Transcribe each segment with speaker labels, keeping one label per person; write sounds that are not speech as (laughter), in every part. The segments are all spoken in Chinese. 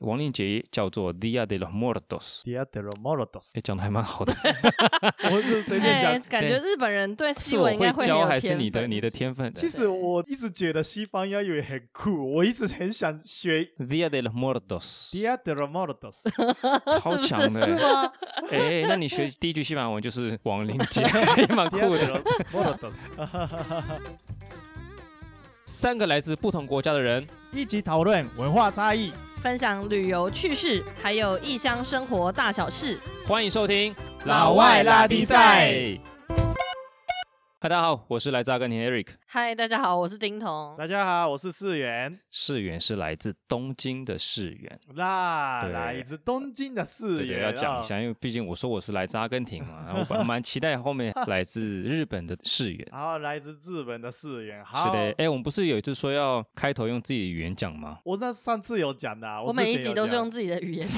Speaker 1: 亡灵节叫做 Dia de los Muertos，
Speaker 2: Dia de
Speaker 1: (laughs)
Speaker 2: los Muertos，
Speaker 1: 哎，讲的还蛮
Speaker 3: (laughs)
Speaker 1: 好的。
Speaker 2: 我是随便
Speaker 3: 哎
Speaker 2: 讲。，
Speaker 3: 感觉日本人对
Speaker 1: 是
Speaker 3: 西
Speaker 1: 我
Speaker 3: 文应该很
Speaker 1: 教
Speaker 3: 有
Speaker 1: 还是
Speaker 3: 天
Speaker 1: 你的
Speaker 3: 分
Speaker 1: 你的天分
Speaker 2: 其实我一直觉得西班牙语很酷，我一直很想学
Speaker 1: ？Dia de los
Speaker 2: (laughs)
Speaker 1: Muertos，
Speaker 2: Dia de los Muertos，
Speaker 1: 超
Speaker 3: (laughs) 是不是
Speaker 1: 强
Speaker 2: 是
Speaker 1: 的。
Speaker 2: 吗
Speaker 1: 哎，那你学
Speaker 3: (laughs)
Speaker 1: 第一句西班牙文就是亡灵
Speaker 2: (laughs)
Speaker 1: 节，也蛮
Speaker 2: ？Dia
Speaker 1: 酷
Speaker 2: de
Speaker 1: 的。
Speaker 2: los Muertos，
Speaker 1: 三个来自不同国家的人，
Speaker 2: 一起讨论文化差异。
Speaker 3: 分享旅游趣事，还有异乡生活大小事。
Speaker 1: 欢迎收听《
Speaker 3: 老外拉
Speaker 2: 力
Speaker 3: 赛》。
Speaker 1: 嗨，大家好，我是来自阿根廷的 Eric，
Speaker 3: 嗨，大家好，我是丁彤。
Speaker 2: 大家好，我是世元，
Speaker 1: 世元是来自东京的世元。
Speaker 2: 那
Speaker 1: 对
Speaker 2: 来自东京的世
Speaker 1: 对对，
Speaker 2: 元，
Speaker 1: 要讲
Speaker 2: 哦
Speaker 1: 一下，因为毕竟我说我是来自阿根廷嘛，然后我本来蛮期待后面来自日本的世元。
Speaker 2: 然后来自日本的世元，
Speaker 1: 是
Speaker 2: 好，
Speaker 1: 的，哎，我们不是有一次说要开头用自己的语言讲
Speaker 2: (laughs)
Speaker 1: 吗？
Speaker 2: 我那上次有讲的啊，
Speaker 3: 我
Speaker 2: 之前
Speaker 3: 每一
Speaker 2: 有
Speaker 3: 集都是
Speaker 2: 讲
Speaker 3: 用自己的
Speaker 1: (laughs)
Speaker 3: 语言。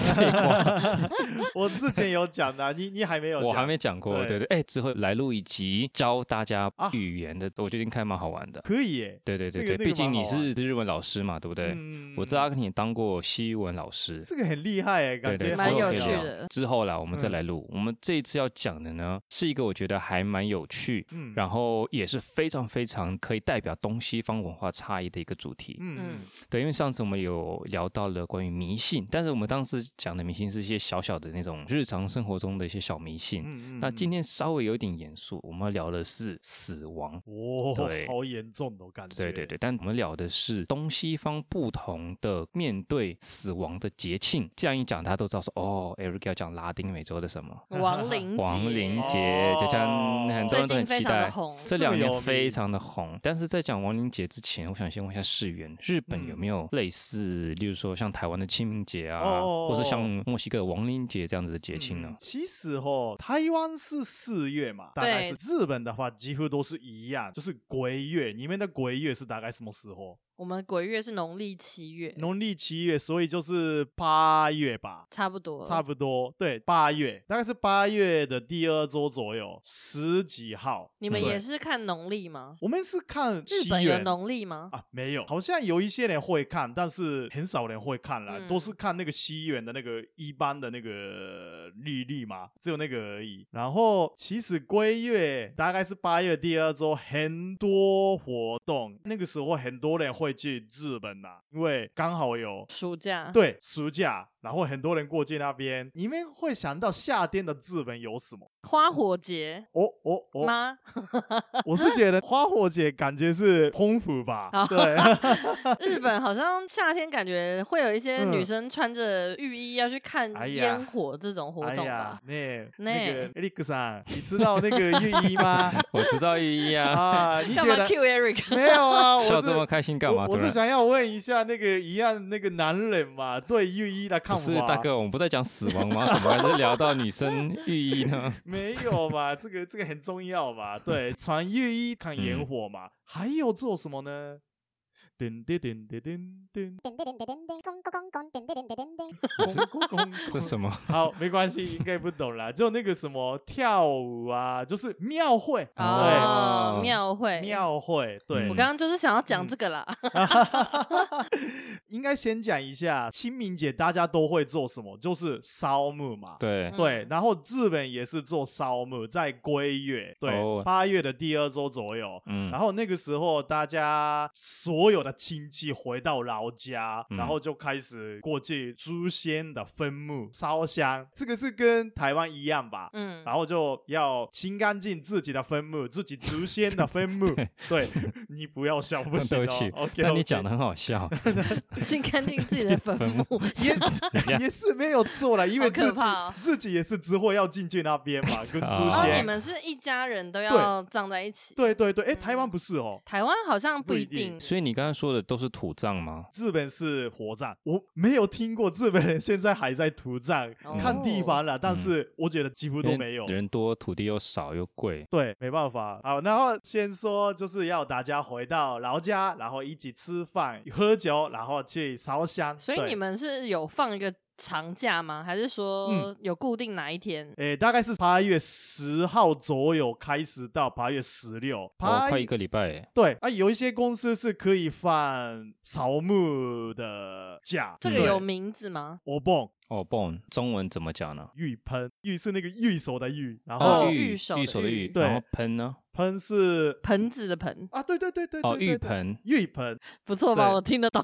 Speaker 2: 我之前有讲的啊，你你还没有讲，
Speaker 1: 我还没讲过，对
Speaker 2: 对
Speaker 1: 对，哎，之后来录一集教大家
Speaker 2: 啊
Speaker 1: 语言的，我觉得应该蛮好玩的。
Speaker 2: 可以耶，
Speaker 1: 对对对
Speaker 2: 这
Speaker 1: 对，
Speaker 2: 个那
Speaker 1: 毕
Speaker 2: 个
Speaker 1: 竟
Speaker 2: 蛮
Speaker 1: 你
Speaker 2: 好玩
Speaker 1: 是日文老师嘛，对不对？
Speaker 2: 嗯
Speaker 1: 我在阿根廷当过西文老师，
Speaker 2: 这个很厉害耶，
Speaker 1: 对
Speaker 2: 感
Speaker 1: 对，
Speaker 2: 觉
Speaker 1: 之
Speaker 3: 蛮
Speaker 1: 后
Speaker 3: 有
Speaker 1: 可以
Speaker 3: 趣
Speaker 1: 聊
Speaker 3: 的
Speaker 1: 之后啦，我们再
Speaker 2: 嗯
Speaker 1: 来录。我们这一次要讲的呢，是一个我觉得还蛮有趣，
Speaker 2: 嗯
Speaker 1: 然后也是非常非常可以代表东西方文化差异的一个主题。
Speaker 2: 嗯
Speaker 3: 嗯，
Speaker 1: 对，因为上次我们有聊到了关于迷信，但是我们当时讲的迷信是一些小小的那种日常生活中的一些小迷信。
Speaker 2: 嗯
Speaker 1: 那今
Speaker 2: 天
Speaker 1: 天稍微有点严肃，我们要聊的是死亡。
Speaker 2: (laughs) 哦，
Speaker 1: 对
Speaker 2: 好严重的感觉，
Speaker 1: 对对对，但我们聊的是东西方不同的面对死亡的节庆。这样一讲，大家都知道说，哦，Eric 要讲拉丁美洲的什么
Speaker 3: 亡灵节，哦
Speaker 1: 亡灵
Speaker 2: 哦
Speaker 1: 节，就像很多
Speaker 3: 最
Speaker 1: 人都
Speaker 3: 近
Speaker 1: 很
Speaker 3: 非
Speaker 1: 期
Speaker 3: 常
Speaker 1: 待
Speaker 3: 的。红。
Speaker 1: 这
Speaker 2: 这
Speaker 1: 两
Speaker 2: 么有
Speaker 1: 年
Speaker 2: 名
Speaker 1: 非常的红，但是在讲亡灵节之前，我想先问一下世元，日本
Speaker 2: 嗯
Speaker 1: 有没有类似，例如说像台湾的清明节啊，
Speaker 2: 哦
Speaker 1: 或是像墨西哥的亡灵节这样子的节庆呢
Speaker 2: 嗯？其实哦，台湾是四月嘛，大概是
Speaker 3: 对
Speaker 2: 日本的话几乎都是一样，就是鬼月。你们的鬼月是大概什么时候？
Speaker 3: 我们鬼月是农历七月，
Speaker 2: 农历七月，所以就是八月吧。
Speaker 3: 差不多，
Speaker 2: 差不多，对，八月大概是八月的第二周左右，十几号。
Speaker 3: 你们也
Speaker 1: 对
Speaker 3: 是看农历吗？
Speaker 2: 我们是看
Speaker 3: 日
Speaker 2: 西
Speaker 3: 本有
Speaker 2: 元
Speaker 3: 农历吗？
Speaker 2: 啊，没有，好像有一些人会看，但是很少人会看啦，都
Speaker 3: 嗯
Speaker 2: 是看那个西元的那个一般的那个利率嘛，只有那个而已。然后其实归月大概是八月第二周，很多活动，那个时候很多人会去日本啦、因为刚好有
Speaker 3: 暑假，
Speaker 2: 对暑假，然后很多人过去那边。你们会想到夏天的日本有什么？
Speaker 3: 花火节
Speaker 2: 哦哦哦，
Speaker 3: 吗？
Speaker 2: 我是觉得花火节感觉是空腹吧
Speaker 3: (laughs) 哦，
Speaker 2: 对。 (laughs)
Speaker 3: (laughs) 日本好像夏天感觉会有一些
Speaker 2: 嗯
Speaker 3: 女生穿着浴衣要去看
Speaker 2: 哎呀
Speaker 3: 烟火这种活动
Speaker 2: 哎
Speaker 3: 吧
Speaker 2: 呀，？那那
Speaker 3: ね
Speaker 2: 个 Eric さん，你知道那
Speaker 3: (laughs)
Speaker 2: 个浴衣吗？
Speaker 1: (laughs) (laughs) 我知道一一啊，
Speaker 2: (laughs) 啊，你觉
Speaker 3: 干嘛
Speaker 2: 得
Speaker 3: Q
Speaker 2: (laughs)
Speaker 3: Eric？
Speaker 2: 没有啊？我
Speaker 1: 笑这么
Speaker 2: 是
Speaker 1: 开心干嘛？
Speaker 2: 我我
Speaker 1: 突
Speaker 2: 是
Speaker 1: 然
Speaker 2: 想要问一下那个一样那个男人嘛，对浴衣的看
Speaker 1: 不
Speaker 2: 法。
Speaker 1: 是大，哥，我们不在讲死亡吗？怎么还是聊到女生浴衣呢？
Speaker 2: 没有
Speaker 1: (laughs)
Speaker 2: 嘛？这个这个很重要嘛？对，穿浴衣看烟火嘛，还有做什么呢？噔噔噔噔噔噔， (laughs) 公公公
Speaker 1: 这什么？
Speaker 2: 好，没关系，应该不懂啦。就那个什么跳舞啊，就是庙
Speaker 3: (laughs)
Speaker 2: 会，
Speaker 3: 哦，庙会，
Speaker 2: 庙会，
Speaker 1: 嗯
Speaker 2: 对，
Speaker 3: 我刚刚就是想要讲这个啦，
Speaker 2: (laughs) 应该先讲一下清明节大家都会做什么，就是烧木嘛。
Speaker 1: 对
Speaker 2: (laughs)
Speaker 3: 嗯，
Speaker 2: 对然后日本也是做烧木，在归月，
Speaker 1: 哦
Speaker 2: 对，八、月的第二周左右。
Speaker 1: 嗯，
Speaker 2: 然后那个时候，大家所有的亲戚回到老家，
Speaker 1: 嗯
Speaker 2: 然后就开始过去祖先的坟墓烧香，这个是跟台湾一样吧？
Speaker 3: 嗯，
Speaker 2: 然后就要清干净自己的分母，自己祖先的分
Speaker 1: (laughs)
Speaker 2: 母。对，你不要笑，不行、
Speaker 1: 对
Speaker 2: 哦。
Speaker 1: 不起
Speaker 2: o k
Speaker 1: 但你讲的很好笑，
Speaker 3: 先看定自己的坟墓，
Speaker 2: (laughs) 也也是没有错了，因为
Speaker 3: (laughs) 好可
Speaker 2: 自己、
Speaker 3: 怕哦
Speaker 2: 自己也是之后要进去那边嘛，跟祖
Speaker 1: 哦
Speaker 3: 哦，你
Speaker 2: 先。
Speaker 3: 们嗯是一家人都要葬在一起。
Speaker 2: 对对对，哎，台湾不是哦。
Speaker 3: 台湾好像不一
Speaker 2: 不一定
Speaker 1: (laughs)
Speaker 3: 定，
Speaker 1: 所以你刚刚说的都是土葬吗？
Speaker 2: 日本是火葬，我没有听过日本人现在还在土葬，
Speaker 3: 哦
Speaker 2: 看地方了，但
Speaker 1: 嗯
Speaker 2: 是我觉得几乎
Speaker 1: 因
Speaker 2: 都
Speaker 1: 为
Speaker 2: 没有。
Speaker 1: 人多土地又少又贵，
Speaker 2: 对，没办法。好，然后先说就是要大家回到老家，然后一起吃饭、喝酒，然后去烧香。
Speaker 3: 所以
Speaker 2: 对
Speaker 3: 你们是有放一个长假吗？还是说
Speaker 2: 嗯
Speaker 3: 有固定哪一天？
Speaker 2: 诶，大概是八月十号左右开始到八月十六，
Speaker 1: 哦，
Speaker 2: 八
Speaker 1: 快一个礼拜耶，
Speaker 2: 对啊，有一些公司是可以放扫墓的假，
Speaker 3: 这个
Speaker 1: 对
Speaker 3: 有名字吗？
Speaker 2: 我蹦
Speaker 1: 哦，bone 中文怎么讲呢？
Speaker 2: 浴喷，浴是那个玉手的玉，然
Speaker 3: 哦
Speaker 2: 后
Speaker 1: 玉
Speaker 3: 玉手
Speaker 1: 玉
Speaker 3: 的
Speaker 1: 手的
Speaker 3: 玉
Speaker 1: 玉，
Speaker 2: 对
Speaker 1: 然后盆呢？
Speaker 2: 喷是
Speaker 3: 盆子的盆，
Speaker 2: 啊，对对对对，
Speaker 1: 哦，
Speaker 2: 对
Speaker 1: 浴，盆
Speaker 2: 对对浴盆，
Speaker 3: 不错吧？
Speaker 2: 对
Speaker 3: 我听得懂。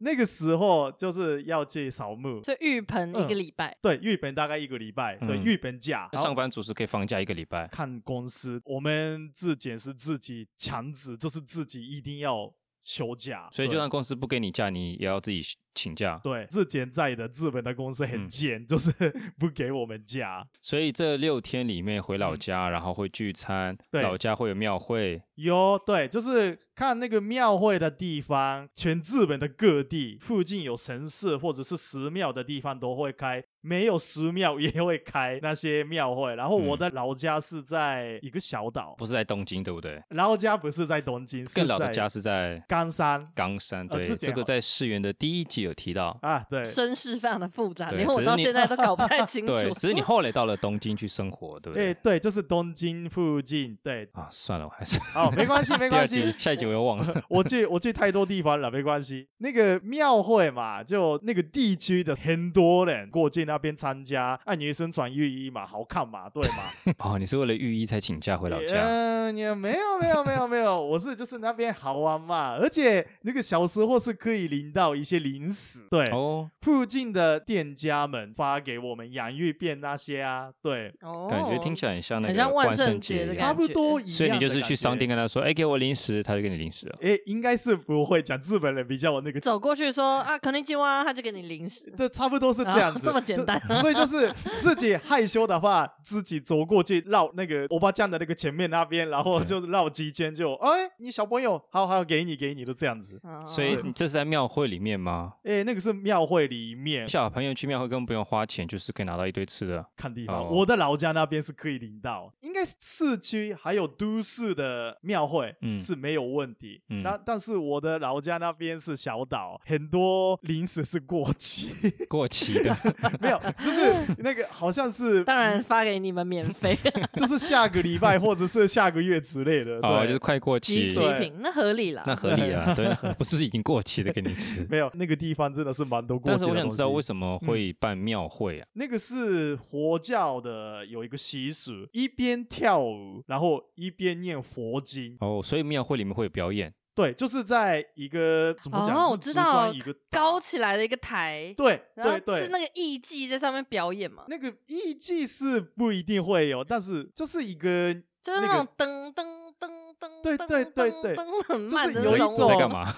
Speaker 2: 那个时候就是要去扫墓，
Speaker 3: 所以浴盆一个
Speaker 2: 嗯
Speaker 3: 礼拜，
Speaker 2: 对，浴盆大概一个礼拜，对，
Speaker 1: 嗯
Speaker 2: 浴盆假，然后
Speaker 1: 上班族是可以放假一个礼拜。
Speaker 2: 看公司，我们质检是自己强制，就是自己一定要休假，
Speaker 1: 所以就
Speaker 2: 对
Speaker 1: 算公司不给你假，你也要自己请假。
Speaker 2: 对质检在的日本的公司很
Speaker 1: 嗯
Speaker 2: 贱，就是 (laughs) 不给我们假，
Speaker 1: 所以这六天里面回老家，然后会聚餐，
Speaker 2: 嗯对
Speaker 1: 老家会有庙会，
Speaker 2: 有对，就是看那个庙会的地方，全日本的各地附近有神社或者是寺庙的地方都会开，没有寺庙也会开那些庙会。然后我
Speaker 1: 嗯
Speaker 2: 的老家是在一个小岛，
Speaker 1: 不是在东京，对不对？
Speaker 2: 老家不是在东京，
Speaker 1: 更
Speaker 2: 是
Speaker 1: 老的
Speaker 2: 在
Speaker 1: 家是在
Speaker 2: 冈山
Speaker 1: 冈山，
Speaker 2: 呃
Speaker 1: 对，
Speaker 2: 之前
Speaker 1: 这个
Speaker 2: 好
Speaker 1: 在世园的第一集有提到。
Speaker 2: 啊，对，
Speaker 3: 身世非常的复杂，
Speaker 1: 对
Speaker 3: 连我
Speaker 1: 只是
Speaker 3: 到
Speaker 1: 你
Speaker 3: 现在都搞不
Speaker 1: (laughs)
Speaker 3: 太清楚。
Speaker 1: 对，只是
Speaker 3: (laughs)
Speaker 1: 你后来到了东京去生活，对不
Speaker 2: 哎、
Speaker 1: 对？
Speaker 2: 对，就是东京附近，对，
Speaker 1: 啊，算了，我还是
Speaker 2: 哦，没关系，没
Speaker 1: (laughs) 第二
Speaker 2: 关
Speaker 1: 集
Speaker 2: 系，
Speaker 1: 下一集我又忘
Speaker 2: (laughs)
Speaker 1: 了。
Speaker 2: 我去我去太多地方了，没关系。那个庙会嘛，就那个地区的很多人过去那边参加，啊，女生穿浴衣嘛，好看嘛，对嘛？
Speaker 1: 哦，你是为了御医才请假 (laughs) 回老家？
Speaker 2: 嗯，也没有没有没有没有，我是就是那边好玩嘛，而且那个小时候是可以领到一些零食，对，
Speaker 1: 哦，
Speaker 2: 附近的店家们发给我们洋芋片那些啊，对，
Speaker 3: 哦，
Speaker 1: 感觉听起来很像那
Speaker 3: 很
Speaker 1: 个
Speaker 3: 像万圣
Speaker 1: 圣
Speaker 3: 节的
Speaker 1: 一
Speaker 3: 感
Speaker 2: 差
Speaker 1: 样。
Speaker 2: 不多一样的感觉。
Speaker 1: 所以你就是去商店跟他说：“哎，给我零食。”他就给你零食了。
Speaker 2: 诶，应该是不会讲日本人比较有那个，
Speaker 3: 哦走过去说啊，肯尼基哇，他就给你零 (laughs) 食。
Speaker 2: 这差不多是这样子，
Speaker 3: 啊这么简单
Speaker 2: 就所以就是自己害羞的话，自己走过去绕那个欧巴酱的那个前面那边，然后
Speaker 1: 对
Speaker 2: 就绕几圈就， (laughs) 哎，你小朋友，好好给你给你，就这样子。
Speaker 3: 哦
Speaker 1: 所以你这是在庙会里面吗？
Speaker 2: 诶，那个是庙会里面
Speaker 1: 小朋友去庙会根本不用花钱，就是可以拿到一堆吃的。
Speaker 2: 看地方，
Speaker 1: 哦
Speaker 2: 我的老家那边是可以领到，应该是市区还有都市的庙会
Speaker 1: 嗯
Speaker 2: 是没有问题。
Speaker 1: 嗯
Speaker 2: 那但是我的老家那边是小岛，很多零食是过期。 (laughs)
Speaker 1: 过期的，
Speaker 2: 没有，就是那个好像是，
Speaker 3: 当然发给你们
Speaker 1: (laughs)
Speaker 3: 免费
Speaker 2: (laughs) 就是下个礼拜或者是下个月之类的，
Speaker 1: (laughs) 哦，
Speaker 2: 对，。
Speaker 1: 就是快过期
Speaker 3: 集，齐品，那合理啦。
Speaker 1: 那合理啊，对， (laughs) 那合不是已经过期的给你吃
Speaker 2: 没有那个地方真的是蛮多过
Speaker 1: 但
Speaker 2: 期
Speaker 1: 是
Speaker 2: 的
Speaker 1: 我想知道为
Speaker 2: 么
Speaker 1: 什么会办庙会啊？
Speaker 2: 那个是佛教的有一个习俗，一边跳舞，然后一边念佛经，
Speaker 1: 哦，所以庙会里面会有表演。
Speaker 2: 对，就是在一个怎么讲，
Speaker 3: 哦
Speaker 2: 是
Speaker 3: 我知
Speaker 2: 竹竿
Speaker 3: 道
Speaker 2: 一个
Speaker 3: 高起来的一个台，
Speaker 2: 对
Speaker 3: 然后
Speaker 2: 对对，
Speaker 3: 是那个艺伎在上面表演嘛，
Speaker 2: 那个艺伎是不一定会有，但是就是一个
Speaker 3: 就
Speaker 2: 那
Speaker 3: 是那
Speaker 2: 个
Speaker 3: 种噔噔噔噔，
Speaker 2: 对对对对
Speaker 3: 噔很慢的
Speaker 2: 有
Speaker 3: 那
Speaker 2: 一
Speaker 3: 种
Speaker 2: 种哦
Speaker 1: 在
Speaker 3: 舞，
Speaker 1: 干嘛？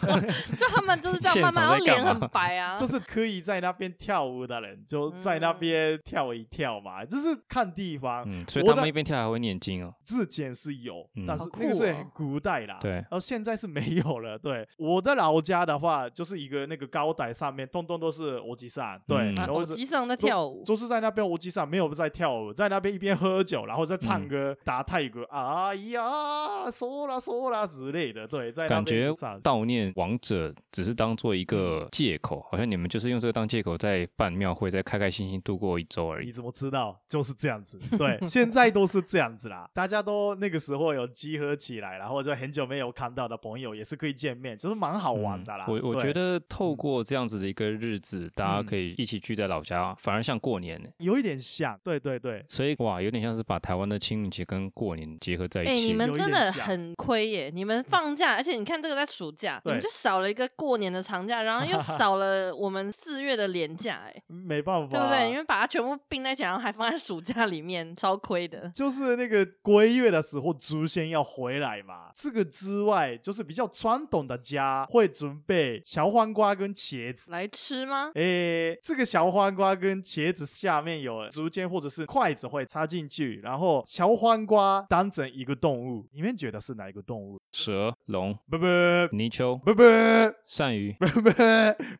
Speaker 3: 就他们就是这样
Speaker 1: 现
Speaker 3: 慢慢，
Speaker 1: 场在干
Speaker 3: 然后脸
Speaker 1: 嘛
Speaker 3: 很白 (laughs) 啊，嗯
Speaker 2: 就是可以在那边跳舞的人，就在那边跳一跳嘛，就是看地方。
Speaker 1: (laughs) 嗯，所以
Speaker 2: 我
Speaker 1: 他们
Speaker 2: 的
Speaker 1: 一边跳还会念经哦。
Speaker 2: 之前是有，
Speaker 1: 嗯
Speaker 2: 但是
Speaker 3: 好酷
Speaker 2: 那个是
Speaker 3: 哦
Speaker 2: 很古代啦，
Speaker 1: 对
Speaker 2: 然后现在是没有了。对，我的老家的话，就是一个那个高台上面，通通都是欧吉桑，对，
Speaker 1: 嗯
Speaker 3: 啊
Speaker 2: 然后
Speaker 3: 偶
Speaker 2: 是
Speaker 3: 机上在跳舞，
Speaker 2: 就是在那边我机上没有在跳舞，在那边一边喝酒，然后在唱
Speaker 1: 嗯
Speaker 2: 歌、打泰国，哎呀，说啦说啦之类的，对，在那
Speaker 1: 感觉
Speaker 2: 边唱嗯
Speaker 1: 悼念王者只是当做一个借口，好像你们就是用这个当借口在办庙会，在开开心心度过一周而
Speaker 2: 你
Speaker 1: 已。
Speaker 2: 怎么知道？就是这样
Speaker 3: (laughs)
Speaker 2: 子，对，现在都是这样子啦。大家都那个时候有集合起来，然后就很久没有看到的朋友也是可以见面，就是蛮好玩的啦。
Speaker 1: 嗯我我
Speaker 2: 对嗯
Speaker 1: 觉得透过这样子的一个日子，大家可以一起聚在老家，反而像过年呢。
Speaker 2: 有一点像，对对对，
Speaker 1: 所以哇，有点像是把台湾的清明节跟过年结合在
Speaker 3: 哎、
Speaker 1: 一起。
Speaker 3: 你们
Speaker 2: 有一
Speaker 3: 真
Speaker 2: 点
Speaker 3: 的
Speaker 2: 像嗯
Speaker 3: 很亏耶！你们放假，而且你看这个在暑假，你们
Speaker 2: 对
Speaker 3: 就少了一个过年的长假，然
Speaker 2: (laughs)
Speaker 3: 后又少了我们四月的连假，哎，
Speaker 2: 没办法，
Speaker 3: 对不对？你们把它全部并在一起，然后还放在暑假里面，超亏的。
Speaker 2: 就是那个归月的时候，祖先要回来嘛。这个之外，就是比较传统的家会准备小黄瓜跟茄子。
Speaker 3: 来吃吗？
Speaker 2: 诶，这个小黄瓜跟茄子下面有竹签或者是筷子会插进去，然后小黄瓜当成一个动物，你们觉得是哪一个动物？
Speaker 1: 蛇、龙、
Speaker 2: 不不
Speaker 1: 泥鳅、
Speaker 2: 不不
Speaker 1: 鳝鱼， (laughs)
Speaker 2: 不不，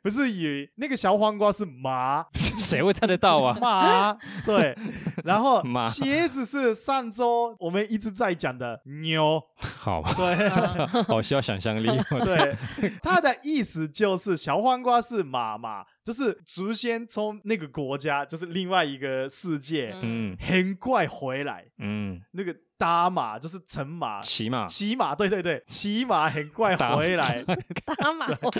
Speaker 2: 不是鱼，那个小黄瓜是麻，
Speaker 1: 谁会猜得到啊？ (laughs)
Speaker 2: 嘛，对，然后
Speaker 1: 嘛
Speaker 2: 茄子是上周我们一直在讲的牛，
Speaker 1: 好，
Speaker 2: 对
Speaker 1: (laughs)
Speaker 3: 嗯
Speaker 1: 好需要想象力。
Speaker 2: (laughs) 对，它的意思就是小黄瓜是妈妈，就是祖先从那个国家，就是另外一个世界，
Speaker 1: 嗯
Speaker 2: 很快回来，
Speaker 1: 嗯，
Speaker 2: 那个搭马就是乘马。
Speaker 1: 骑马
Speaker 2: 骑马，对对对，骑马很快
Speaker 1: 搭 (laughs)
Speaker 2: 回来，
Speaker 3: (laughs)
Speaker 2: (laughs)
Speaker 3: 打马我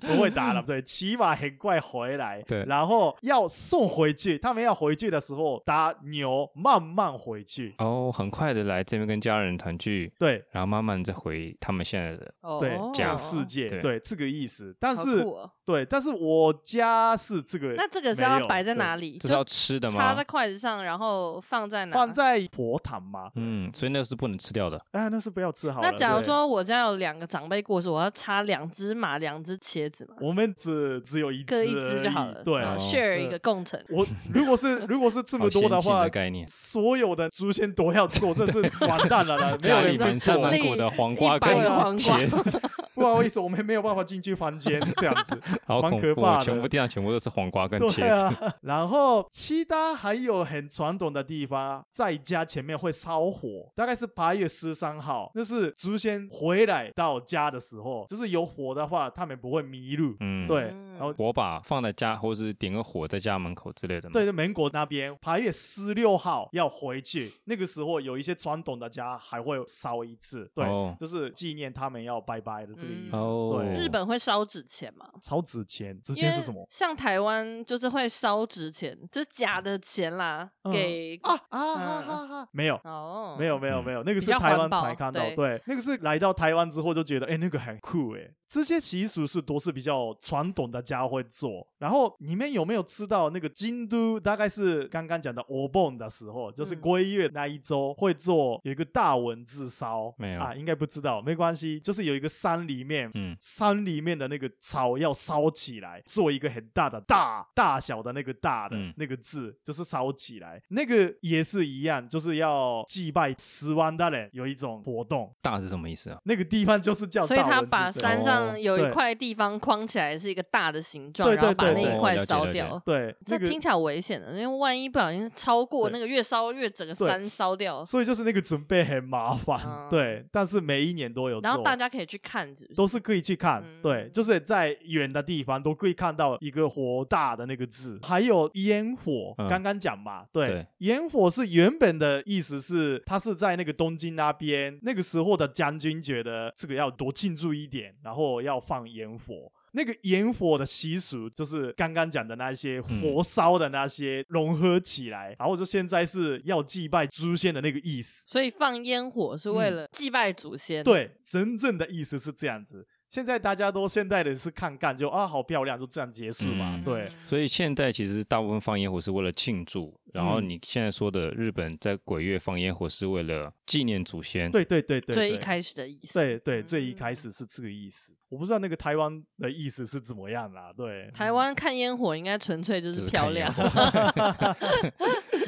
Speaker 2: 不会打了，对，骑马很快回来，
Speaker 1: 对
Speaker 2: 然后要送回去，他们要回去的时候打牛，慢慢回去，
Speaker 1: 哦，很快的来这边跟家人团聚，
Speaker 2: 对，
Speaker 1: 然后慢慢再回他们现在的。
Speaker 2: 对，
Speaker 1: 假
Speaker 2: 讲
Speaker 1: 哦
Speaker 2: 世界，
Speaker 1: 对
Speaker 2: 对这个意思。但
Speaker 3: 好
Speaker 2: 是，
Speaker 3: 酷哦
Speaker 2: 对，但是我家是这个没有，
Speaker 3: 那这个是要摆在
Speaker 2: 对
Speaker 3: 哪里？
Speaker 1: 这是要吃的
Speaker 3: 就插
Speaker 1: 吗
Speaker 3: 在？筷子上，然后放在哪？
Speaker 2: 放在佛堂吗？
Speaker 1: 嗯，所以那是不能吃掉的。
Speaker 2: 哎，那是不要吃好了。
Speaker 3: 那假如
Speaker 2: 对，
Speaker 3: 说我家有两个长辈过世，我要插两只马、两只茄子嘛，
Speaker 2: 我们只只有一
Speaker 3: 各一
Speaker 2: 只
Speaker 3: 只就好了，
Speaker 2: 对，
Speaker 3: 然后
Speaker 1: 哦
Speaker 3: ，share
Speaker 2: 对
Speaker 3: 一个共乘。
Speaker 2: 我如果是如果是这么
Speaker 1: 好先
Speaker 2: 多
Speaker 1: 进
Speaker 2: 的话
Speaker 1: 的，概念，
Speaker 2: 所有的祖先都要做，这是完蛋了
Speaker 1: (laughs)
Speaker 2: 啦，没
Speaker 1: 家
Speaker 2: 有
Speaker 1: 里
Speaker 2: 人会
Speaker 1: 满山
Speaker 2: 做。
Speaker 1: 满
Speaker 3: 那
Speaker 1: 谷的黄瓜跟
Speaker 3: 一百个黄
Speaker 1: (laughs)
Speaker 3: 瓜
Speaker 1: 茄，子，
Speaker 2: 不好意思，我们没有办法进去房间这样子。
Speaker 1: 好
Speaker 2: 蛮
Speaker 1: 恐
Speaker 2: 可
Speaker 1: 怖
Speaker 2: 怕
Speaker 1: 哦！
Speaker 2: 的
Speaker 1: 全部地上全部都是黄瓜跟茄
Speaker 2: 对
Speaker 1: 子。
Speaker 2: 啊， (laughs) 然后其他还有很传统的地方，在家前面会烧火，大概是八月十三号，就是祖先回来到家的时候，就是有火的话，他们不会迷路。
Speaker 1: 嗯，
Speaker 2: 对，
Speaker 3: 嗯
Speaker 2: 然后
Speaker 1: 火把放在家，或是点个火在家门口之类的嘛。
Speaker 2: 对着门国那边，八月十六号要回去，那个时候有一些传统的家还会烧一次，对，
Speaker 1: 哦
Speaker 2: 就是纪念他们要拜拜的这个意思。
Speaker 3: 嗯
Speaker 1: 哦
Speaker 2: 对，
Speaker 3: 日本会烧纸钱吗？
Speaker 2: 烧纸钱，纸
Speaker 3: 因
Speaker 2: 钱
Speaker 3: 为
Speaker 2: 是什么？
Speaker 3: 像台湾就是会烧纸钱，就是假的钱啦，
Speaker 2: 嗯
Speaker 3: 给
Speaker 1: 哦
Speaker 2: 啊啊哈哈哈！没有，
Speaker 3: 哦，
Speaker 2: 没有没有
Speaker 1: 嗯
Speaker 2: 没有，那个是
Speaker 3: 比较
Speaker 2: 台
Speaker 3: 环
Speaker 2: 湾
Speaker 3: 保
Speaker 2: 才看到，
Speaker 3: 对
Speaker 2: 对，那个是来到台湾之后就觉得，哎，那个很酷哎。这些习俗是都是比较传统的家会做。然后你们有没有知道那个京都大概是刚刚讲的 o b o n 的时候，就是
Speaker 3: 嗯
Speaker 2: 归月那一周会做有一个大文字烧，
Speaker 1: 没有
Speaker 2: 啊，应该不知道，没关系，就是有一个山里面，
Speaker 1: 嗯
Speaker 2: 山里面的那个草要烧起来，做一个很大的大大小的那个大的、
Speaker 1: 嗯
Speaker 2: 那个字，就是烧起来。那个也是一样，就是要祭拜十万大人有一种活动，
Speaker 1: 大是什么意思啊？
Speaker 2: 那个地方就是叫大
Speaker 3: 所以他
Speaker 2: 文字
Speaker 3: 把
Speaker 2: 对
Speaker 3: 山
Speaker 1: 哦
Speaker 3: 上有
Speaker 2: 对
Speaker 3: 一块地方框起来，是一个大的形状，
Speaker 2: 对
Speaker 3: 然后把
Speaker 2: 对对
Speaker 3: 那一
Speaker 2: 对
Speaker 1: 哦
Speaker 3: 块
Speaker 1: 了解
Speaker 3: 烧
Speaker 1: 了解
Speaker 3: 掉。
Speaker 2: 对
Speaker 3: 这
Speaker 2: 那个
Speaker 3: 听。起来危险的，因为万一不小心是超过
Speaker 2: 对
Speaker 3: 那个越烧越整个
Speaker 2: 对
Speaker 3: 山烧掉，
Speaker 2: 所以就是那个准备很麻烦，
Speaker 3: 嗯
Speaker 2: 对，但是每一年都有做，
Speaker 3: 然后大家可以去看，是不是
Speaker 2: 都是可以去看，
Speaker 3: 嗯
Speaker 2: 对，就是在远的地方都可以看到一个火大的那个字，还有烟火，
Speaker 1: 嗯
Speaker 2: 刚刚讲嘛，对，
Speaker 1: 对
Speaker 2: 烟火是原本的意思是，它是在那个东京那边，那个时候的将军觉得这个要多庆祝一点，然后要放烟火。那个烟火的习俗就是刚刚讲的那些火烧的那些融合起来，然后就现在是要祭拜祖先的那个意思。
Speaker 3: 所以放烟火是为了祭拜祖先。，
Speaker 2: 嗯对，真正的意思是这样子。现在大家都现代人是看干就啊，好漂亮，就这样结束嘛。
Speaker 1: 嗯
Speaker 2: 对，
Speaker 1: 所以现在其实大部分放烟火是为了庆祝，然后
Speaker 2: 嗯
Speaker 1: 你现在说的日本在鬼月放烟火是为了纪念祖先。
Speaker 2: 对对对对，
Speaker 3: 最一
Speaker 2: 对
Speaker 3: 开始的意思。
Speaker 2: 对对，最一
Speaker 3: 嗯
Speaker 2: 开始是这个意思。我不知道那个台湾的意思是怎么样啦。对，
Speaker 3: 台湾看烟火应该纯粹就
Speaker 1: 就是是
Speaker 3: 漂
Speaker 1: 看烟
Speaker 3: 亮。 (laughs)
Speaker 1: 火， (laughs)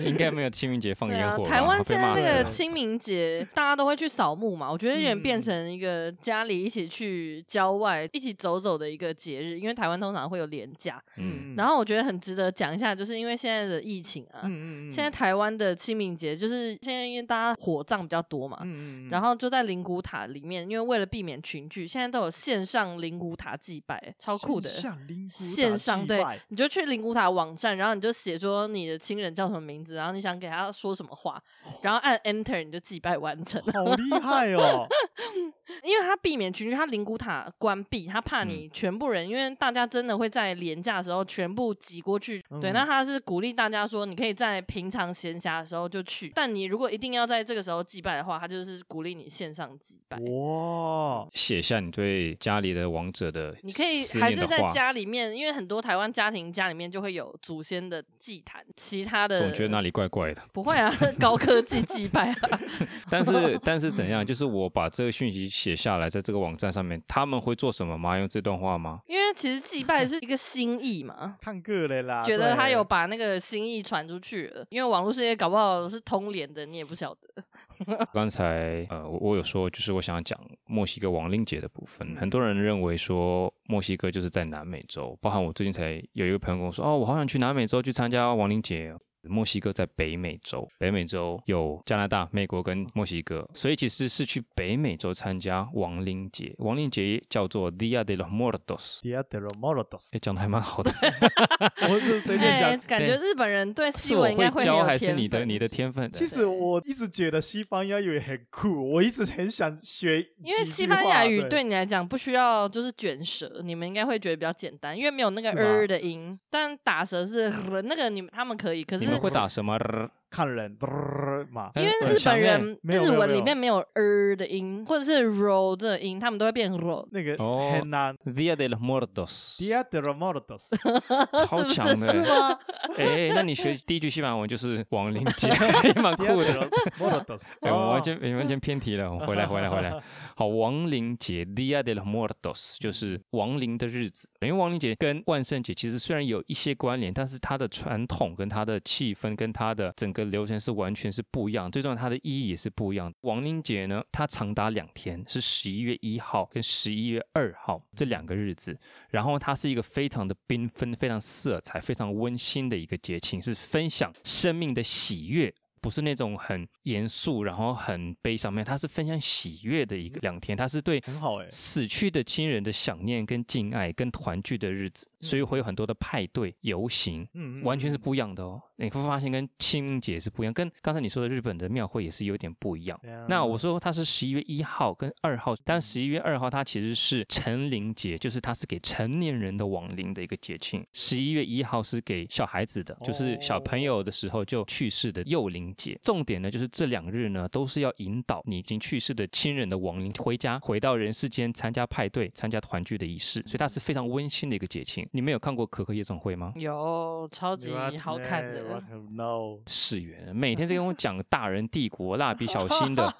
Speaker 1: 应该没有清明节放
Speaker 3: 对
Speaker 1: 烟
Speaker 3: 啊
Speaker 1: 火吧、，
Speaker 3: 台湾
Speaker 1: 被
Speaker 3: 现
Speaker 1: 骂
Speaker 3: 在
Speaker 1: 死
Speaker 3: 那个
Speaker 1: 了
Speaker 3: 清明节，大家都会去扫墓嘛，我觉得有点变
Speaker 2: 嗯
Speaker 3: 成一个家里一起去郊外一起走走的一个节日，因为台湾通常会有年假。
Speaker 1: 嗯，
Speaker 3: 然后我觉得很值得讲一下，就是因为现在的疫情啊，
Speaker 2: 嗯嗯嗯，
Speaker 3: 现在台湾的清明节就是现在因为大家火葬比较多嘛，
Speaker 2: 嗯嗯，
Speaker 3: 然后就在灵骨塔里面，因为为了避免群聚，现在都有线上灵骨塔祭拜，超酷的。
Speaker 2: 像灵骨
Speaker 3: 线
Speaker 2: 打
Speaker 3: 上
Speaker 2: 祭
Speaker 3: 对
Speaker 2: 拜，
Speaker 3: 你就去灵骨塔网站，然后你就写说你的亲人叫什么名字，然后你想给他说什么话，
Speaker 1: 哦
Speaker 3: 然后按 Enter 你就祭拜完成。
Speaker 2: 好厉害哦！
Speaker 3: 因为他避免群聚，他灵骨塔关闭，他怕
Speaker 1: 嗯
Speaker 3: 你全部人，因为大家真的会在廉价的时候全部挤过去。对，
Speaker 2: 嗯
Speaker 3: 那他是鼓励大家说，你可以在平常闲暇的时候就去，但你如果一定要在这个时候祭拜的话，他就是鼓励你线上祭拜。 (laughs)
Speaker 2: 哇，
Speaker 1: 写下你对家里的王者的思念的话，
Speaker 3: 你可以还是在家里面，因为很多台湾家庭家里面就会有祖先的祭坛，其他的
Speaker 1: 总觉得哪里怪怪的。
Speaker 3: 不会啊，高科技祭拜啊， (laughs)
Speaker 1: 但是但是怎样？就是我把这个讯息写下来，在这个网站上面，他们会做什么吗？用这段话吗？
Speaker 3: 因为其实祭拜是一个心意嘛。
Speaker 2: 看个人
Speaker 1: 啊
Speaker 2: 啦，
Speaker 3: 觉得他
Speaker 2: 对
Speaker 3: 有把那个心意传出去了，因为网络世界搞不好是通联的，你也不晓得。
Speaker 1: 刚才呃，我我有说，就是我想要讲墨西哥亡灵节的部分。很多人认为说墨西哥就是在南美洲，包含我最近才有一个朋友跟我说，哦，我好想去南美洲去参加亡灵节哦。墨西哥在北美洲，北美洲有加拿大、美国跟墨西哥，所以其实是去北美洲参加亡灵节。亡灵节叫做 Dia de los Muertos，
Speaker 2: Dia de los Muertos，
Speaker 1: 哎，讲的还蛮好的。
Speaker 2: 我是随便
Speaker 3: 哎
Speaker 2: 讲。
Speaker 3: 感觉日本人对西
Speaker 1: 是我
Speaker 3: 文应该
Speaker 1: 会
Speaker 3: 很
Speaker 1: 教
Speaker 3: 有
Speaker 1: 还是
Speaker 3: 天
Speaker 1: 你的
Speaker 3: 分
Speaker 1: 你的天分？
Speaker 2: 其实我一直觉得西班牙语很酷，我一直很想学几句话。
Speaker 3: 因为西班牙语
Speaker 2: 对
Speaker 3: 对你来讲不需要就是卷舌，你们应该会觉得比较简单，因为没有那个
Speaker 2: 是吗
Speaker 3: 呃的音。但打舌是那个你们他们可以，可是
Speaker 1: 你们会打什么？
Speaker 2: 看人，嘚嘛，
Speaker 3: 因为
Speaker 1: 很
Speaker 3: 日
Speaker 1: 强
Speaker 3: 本
Speaker 1: 欸
Speaker 3: 人
Speaker 2: 没有
Speaker 3: 日
Speaker 2: 没有
Speaker 3: 文
Speaker 2: 没有
Speaker 3: 里面没有呃的音，或者是 ro 这个音，他们都会变 ro。
Speaker 2: 那个
Speaker 1: 哦
Speaker 2: 很难。
Speaker 1: Dia de los
Speaker 3: (laughs)
Speaker 1: Muertos，
Speaker 2: Dia de los Muertos
Speaker 1: 超
Speaker 3: 是不是
Speaker 1: 强
Speaker 2: 是
Speaker 3: (laughs)
Speaker 1: 的。
Speaker 2: 吗
Speaker 1: 哎，那你学第一句西班牙文就是亡灵节， (laughs) 也蛮
Speaker 2: ？Dia
Speaker 1: 酷
Speaker 2: de
Speaker 1: 的
Speaker 2: los。Muertos，
Speaker 1: 哎，我们
Speaker 2: 哦
Speaker 1: 完全哎完全偏题了，我们回来回来回来。好，亡灵节 （Dia de los Muertos） 就是亡灵的日子，因为亡灵节跟万圣节其实虽然有一些关联，但是它的传统、跟它的气氛、跟它的整个流程是完全是不一样，最重要它的意义也是不一样。亡灵节呢，它长达两天，是十一月一号跟十一月二号这两个日子，然后它是一个非常的缤纷、非常色彩、非常温馨的一个节庆，是分享生命的喜悦。不是那种很严肃，然后很悲伤，没有，它是分享喜悦的一个两天，它是对
Speaker 2: 很好哎。
Speaker 1: 死去的亲人的想念、跟敬爱、跟团聚的日子，所以会有很多的派对、游行，
Speaker 2: 嗯，嗯
Speaker 1: 完全是不一样的哦。你会发现跟清明节是不一样，跟刚才你说的日本的庙会也是有点不一样。
Speaker 2: 嗯
Speaker 1: 那我说它是十一月一号跟二号，但十一月二号它其实是成灵节，就是它是给成年人的亡灵的一个节庆。十一月一号是给小孩子的，就是小朋友的时候就去世的幼灵节。重点呢，就是这两日呢都是要引导你已经去世的亲人的亡灵回家，回到人世间参加派对、参加团聚的仪式，所以它是非常温馨的一个节庆。你们有看过可可夜总会吗？
Speaker 3: 有超级好看的，
Speaker 1: 哎
Speaker 2: No，
Speaker 1: 世元，每天在跟我讲《大人帝国》《蜡笔小新》的，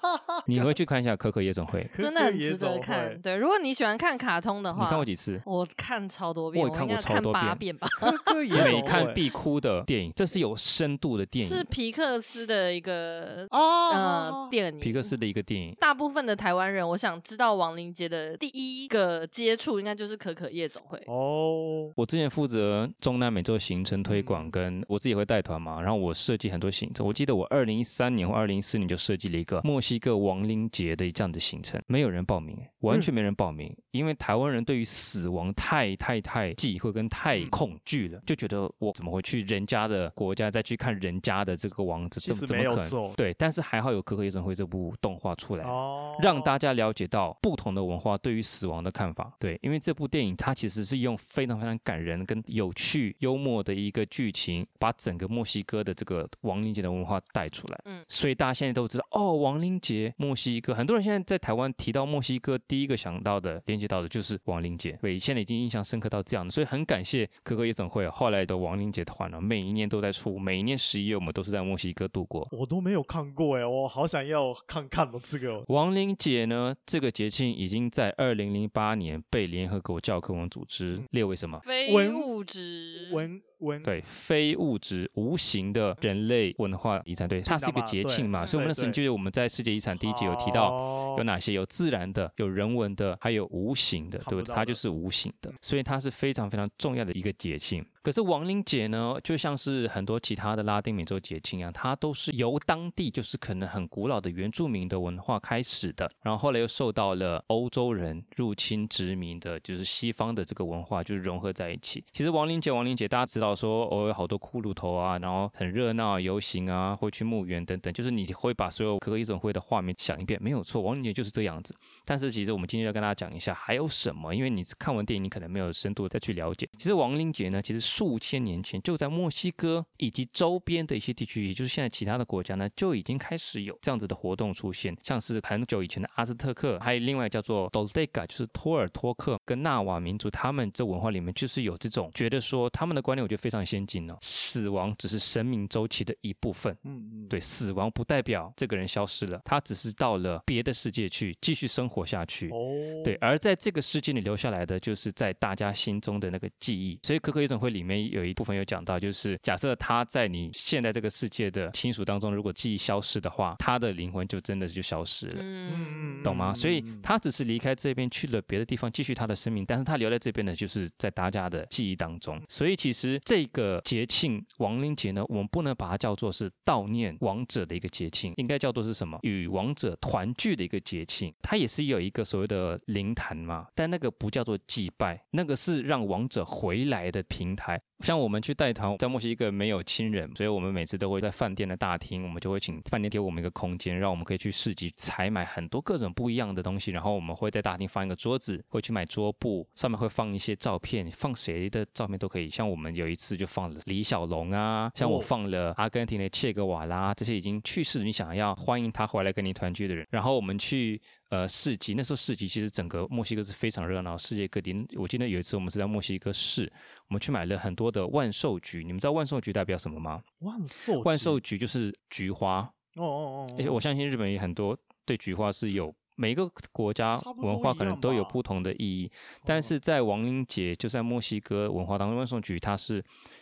Speaker 1: 你回去看一下《可可夜总会》，
Speaker 3: 真的很值得看。。对，如果你喜欢看卡通的
Speaker 1: 你看
Speaker 3: 话
Speaker 1: 过，几次？
Speaker 3: 我看超多遍，
Speaker 1: 我
Speaker 3: 我
Speaker 1: 也看
Speaker 3: 应
Speaker 1: 过
Speaker 3: 该
Speaker 1: 超
Speaker 3: 看
Speaker 1: 多
Speaker 3: 八
Speaker 1: 遍
Speaker 3: 遍吧。
Speaker 2: 科科也
Speaker 1: 每看必哭的电影，这是有深度的电
Speaker 3: 是
Speaker 1: 影，
Speaker 3: 皮克斯的一个
Speaker 2: 啊
Speaker 3: 呃，电影，
Speaker 1: 皮克斯的一个电影。
Speaker 3: 大部分的台湾人，我想知道亡灵节的第一个接触，应该就是可可夜总会。
Speaker 2: 哦，
Speaker 1: 我之前负责中南美洲行程推
Speaker 2: 嗯
Speaker 1: 广，跟我自己会带团嘛，然后我设计很多行程。我记得我二零一三年或二零一四年就设计了一个墨西哥亡灵节的这样的行程，没有人报名，欸完
Speaker 2: 嗯
Speaker 1: 全没人报名，因为台湾人对于死亡太太太忌讳跟太
Speaker 2: 嗯
Speaker 1: 恐惧了，就觉得我怎么会去人家的国家再去看人家的这个王子，
Speaker 2: 其
Speaker 1: 怎
Speaker 2: 实
Speaker 1: 么怎么
Speaker 2: 没有
Speaker 1: 可能
Speaker 2: 做？
Speaker 1: 对，但是还好有《可可夜总会》这部动画出来，
Speaker 2: 哦，
Speaker 1: 让大家了解到不同的文化对于死亡的看法。对，因为这部电影它其实是用非常非常感人、跟有趣、幽默的一个剧情，把整个墨西哥的这个亡灵节的文化带出来。
Speaker 3: 嗯
Speaker 1: 所以大家现在都知道哦，亡灵节，墨西哥。很多人现在在台湾提到墨西哥，第一个想到的、连接到的就是亡灵节。对，现在已经印象深刻到这样了，所以很感谢可可夜总会啊后来的亡灵节团了，每一年都在出，每一年十一月我们都是在墨西哥度过。
Speaker 2: 我都没有看过哎，我好想要看看哦，这个哦
Speaker 1: 亡灵节呢，这个节庆已经在二零零八年被联合国教科文组
Speaker 2: 嗯
Speaker 1: 织列为什么？
Speaker 3: 非
Speaker 2: 文
Speaker 3: 物质，
Speaker 2: 文文
Speaker 1: 对，非物质无形的人类文化遗产，对，它是一个节庆嘛，
Speaker 2: 对
Speaker 1: 所以我们那
Speaker 2: 对哦
Speaker 1: 时候
Speaker 2: 对
Speaker 1: 就是我们在世界遗产第一集有提到。
Speaker 2: 到
Speaker 1: 有哪些？有自然的，有人文的，还有无形的，
Speaker 2: 看不
Speaker 1: 对不
Speaker 2: 到
Speaker 1: 对？
Speaker 2: 的
Speaker 1: 它就是无形的，所以它是非常非常重要的一个节庆。可是亡灵节呢，就像是很多其他的拉丁美洲节庆啊，它都是由当地就是可能很古老的原住民的文化开始的，然后后来又受到了欧洲人入侵殖民的，就是西方的这个文化，就是融合在一起。其实亡灵节，亡灵节大家知道说，哦，有好多骷髅头啊，然后很热闹啊，游行啊，会去墓园等等，就是你会把所有可可夜总会的画面想一遍，没有错，亡灵节就是这样子。但是其实我们今天要跟大家讲一下还有什么，因为你看完电影，你可能没有深度再去了解。其实亡灵节呢，其实数千年前就在墨西哥以及周边的一些地区，也就是现在其他的国家呢，就已经开始有这样子的活动出现，像是很久以前的阿兹特克，还有另外叫做 Tolteca，就是托尔托克跟纳瓦民族，他们这文化里面就是有这种觉得说他们的观念，我觉得。非常先进哦。死亡只是生命周期的一部分，
Speaker 2: 嗯嗯，
Speaker 1: 对，死亡不代表这个人消失了，他只是到了别的世界去继续生活下去。
Speaker 2: 哦，
Speaker 1: 对，而在这个世界里留下来的，就是在大家心中的那个记忆。所以《可可夜总会》里面有一部分有讲到，就是假设他在你现在这个世界的亲属当中，如果记忆消失的话，他的灵魂就真的就消失了。
Speaker 3: 嗯，
Speaker 1: 懂吗？所以
Speaker 2: 嗯
Speaker 1: 他只是离开这边去了别的地方继续他的生命，但是他留在这边呢，就是在大家的记忆当中。所以其实这个节庆亡灵节呢，我们不能把它叫做是悼念亡者的一个节庆，应该叫做是什么？与亡者团聚的一个节庆。它也是有一个所谓的灵坛嘛，但那个不叫做祭拜，那个是让亡者回来的平台。像我们去带团，在墨西哥没有亲人，所以我们每次都会在饭店的大厅，我们就会请饭店给我们一个空间，让我们可以去市集采买很多各种不一样的东西。然后我们会在大厅放一个桌子，会去买桌布，上面会放一些照片，放谁的照片都可以。像我们有一次就放了李小龙啊，像我
Speaker 2: 哦
Speaker 1: 放了阿根廷的切格瓦拉，这些已经去世，你想要欢迎他回来跟你团聚的人。然后我们去呃市集，那时候市集其实整个墨西哥是非常热闹，世界各地。我记得有一次我们是在墨西哥市，我们去买了很多的万寿菊。你们知道万寿菊代表什么吗？
Speaker 2: 万寿
Speaker 1: 万
Speaker 2: 菊
Speaker 1: 寿菊就是菊花，
Speaker 2: 哦哦哦，
Speaker 1: 而且我相信日本也很多对菊花是有。每个国家
Speaker 2: 差不多
Speaker 1: 文化
Speaker 2: 一
Speaker 1: 可能
Speaker 2: 样
Speaker 1: 都有
Speaker 2: 吧嗯
Speaker 1: 不同的意义，但是在亡灵节，就在墨西哥文化当中，万寿菊它是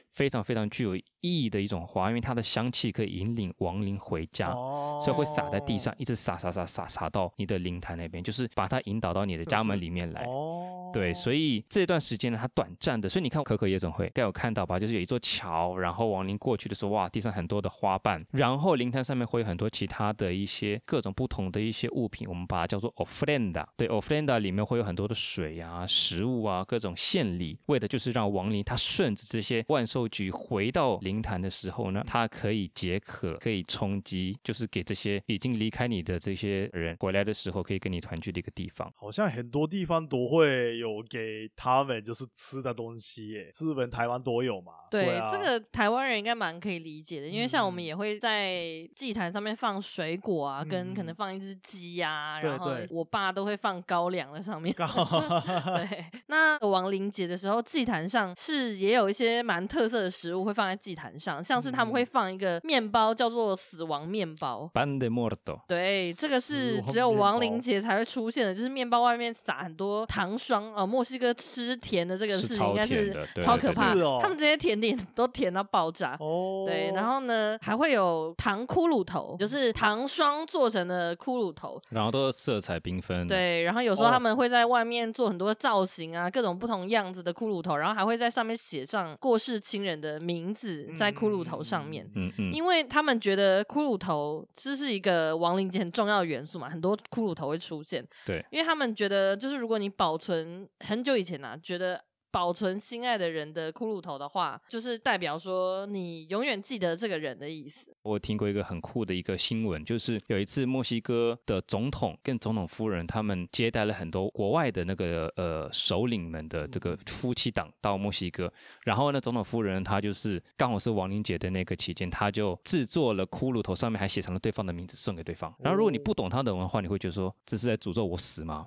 Speaker 1: 非常非常具有意义的一种花，因为它的香气可以引领亡灵回家。
Speaker 2: 哦，
Speaker 1: 所以会撒在地上，一直撒撒撒撒撒到你的灵坛那边，就是把它引导到你的家门里面来。
Speaker 2: 哦，
Speaker 1: 对，所以这段时间呢，它短暂的，所以你看可可夜总会，该有看到吧？就是有一座桥，然后亡灵过去的时候，哇，地上很多的花瓣，然后灵坛上面会有很多其他的一些各种不同的一些物品，我们把它叫做 ofrenda。对，ofrenda 里面会有很多的水啊、食物啊、各种献礼，为的就是让亡灵他顺着这些万寿菊回到灵坛的时候呢，它可以解渴，可以充饥，就是给这些已经离开你的这些人回来的时候可以跟你团聚的一个地方。
Speaker 2: 好像很多地方都会有给他们就是吃的东西耶，日本、台湾都有嘛。
Speaker 3: 对
Speaker 2: 啊、
Speaker 3: 这个台湾人应该蛮可以理解的，因为像我
Speaker 2: 嗯
Speaker 3: 们也会在祭坛上面放水果啊，跟可
Speaker 2: 嗯
Speaker 3: 能放一只鸡呀，
Speaker 2: 对
Speaker 3: 然后
Speaker 2: 对
Speaker 3: 我爸都会放高粱在上面。
Speaker 2: 高
Speaker 3: (laughs) 对，那亡灵节的时候，祭坛上是也有一些蛮特色的食物会放在祭坛上，像是他们会
Speaker 2: 嗯
Speaker 3: 放一个面包叫做死亡面包。
Speaker 1: Pan de muerto。
Speaker 3: 对，这个是
Speaker 2: 死亡
Speaker 3: 只有
Speaker 2: 面
Speaker 3: 亡
Speaker 2: 包
Speaker 3: 灵节才会出现的，就是面包外面撒很多糖霜哦。墨西哥吃甜的这个
Speaker 1: 是
Speaker 3: 事
Speaker 1: 超
Speaker 3: 应该
Speaker 1: 甜
Speaker 3: 是
Speaker 1: 的对
Speaker 3: 超
Speaker 1: 对
Speaker 3: 可怕，
Speaker 2: 是哦
Speaker 3: 他们这些甜点都甜到爆炸。
Speaker 2: 哦，
Speaker 3: 对，然后呢，还会有糖骷髅头，就是糖霜做成的骷髅头。
Speaker 1: 然后都是色彩缤纷。，
Speaker 3: 对，然后有时候
Speaker 2: 哦
Speaker 3: 他们会在外面做很多造型啊，各种不同样子的骷髅头，然后还会在上面写上过世亲人的名字在骷髅头上面。
Speaker 1: 嗯嗯，
Speaker 3: 因为他们觉得骷髅头这是一个亡灵节很重要的元素嘛，很多骷髅头会出现。
Speaker 1: 对，
Speaker 3: 因为他们觉得就是如果你保存很久以前啊，觉得保存心爱的人的骷髅头的话，就是代表说你永远记得这个人的意思。
Speaker 1: 我听过一个很酷的一个新闻，就是有一次墨西哥的总统跟总统夫人他们接待了很多国外的那个呃首领们的这
Speaker 3: 嗯
Speaker 1: 个夫妻档到墨西哥，然后呢，总统夫人她就是刚好是亡灵节的那个期间，她就制作了骷髅头，上面还写上了对方的名字送给对方。然后如果
Speaker 3: 哦
Speaker 1: 你不懂他的文化，你会觉得说这是在诅咒我死吗？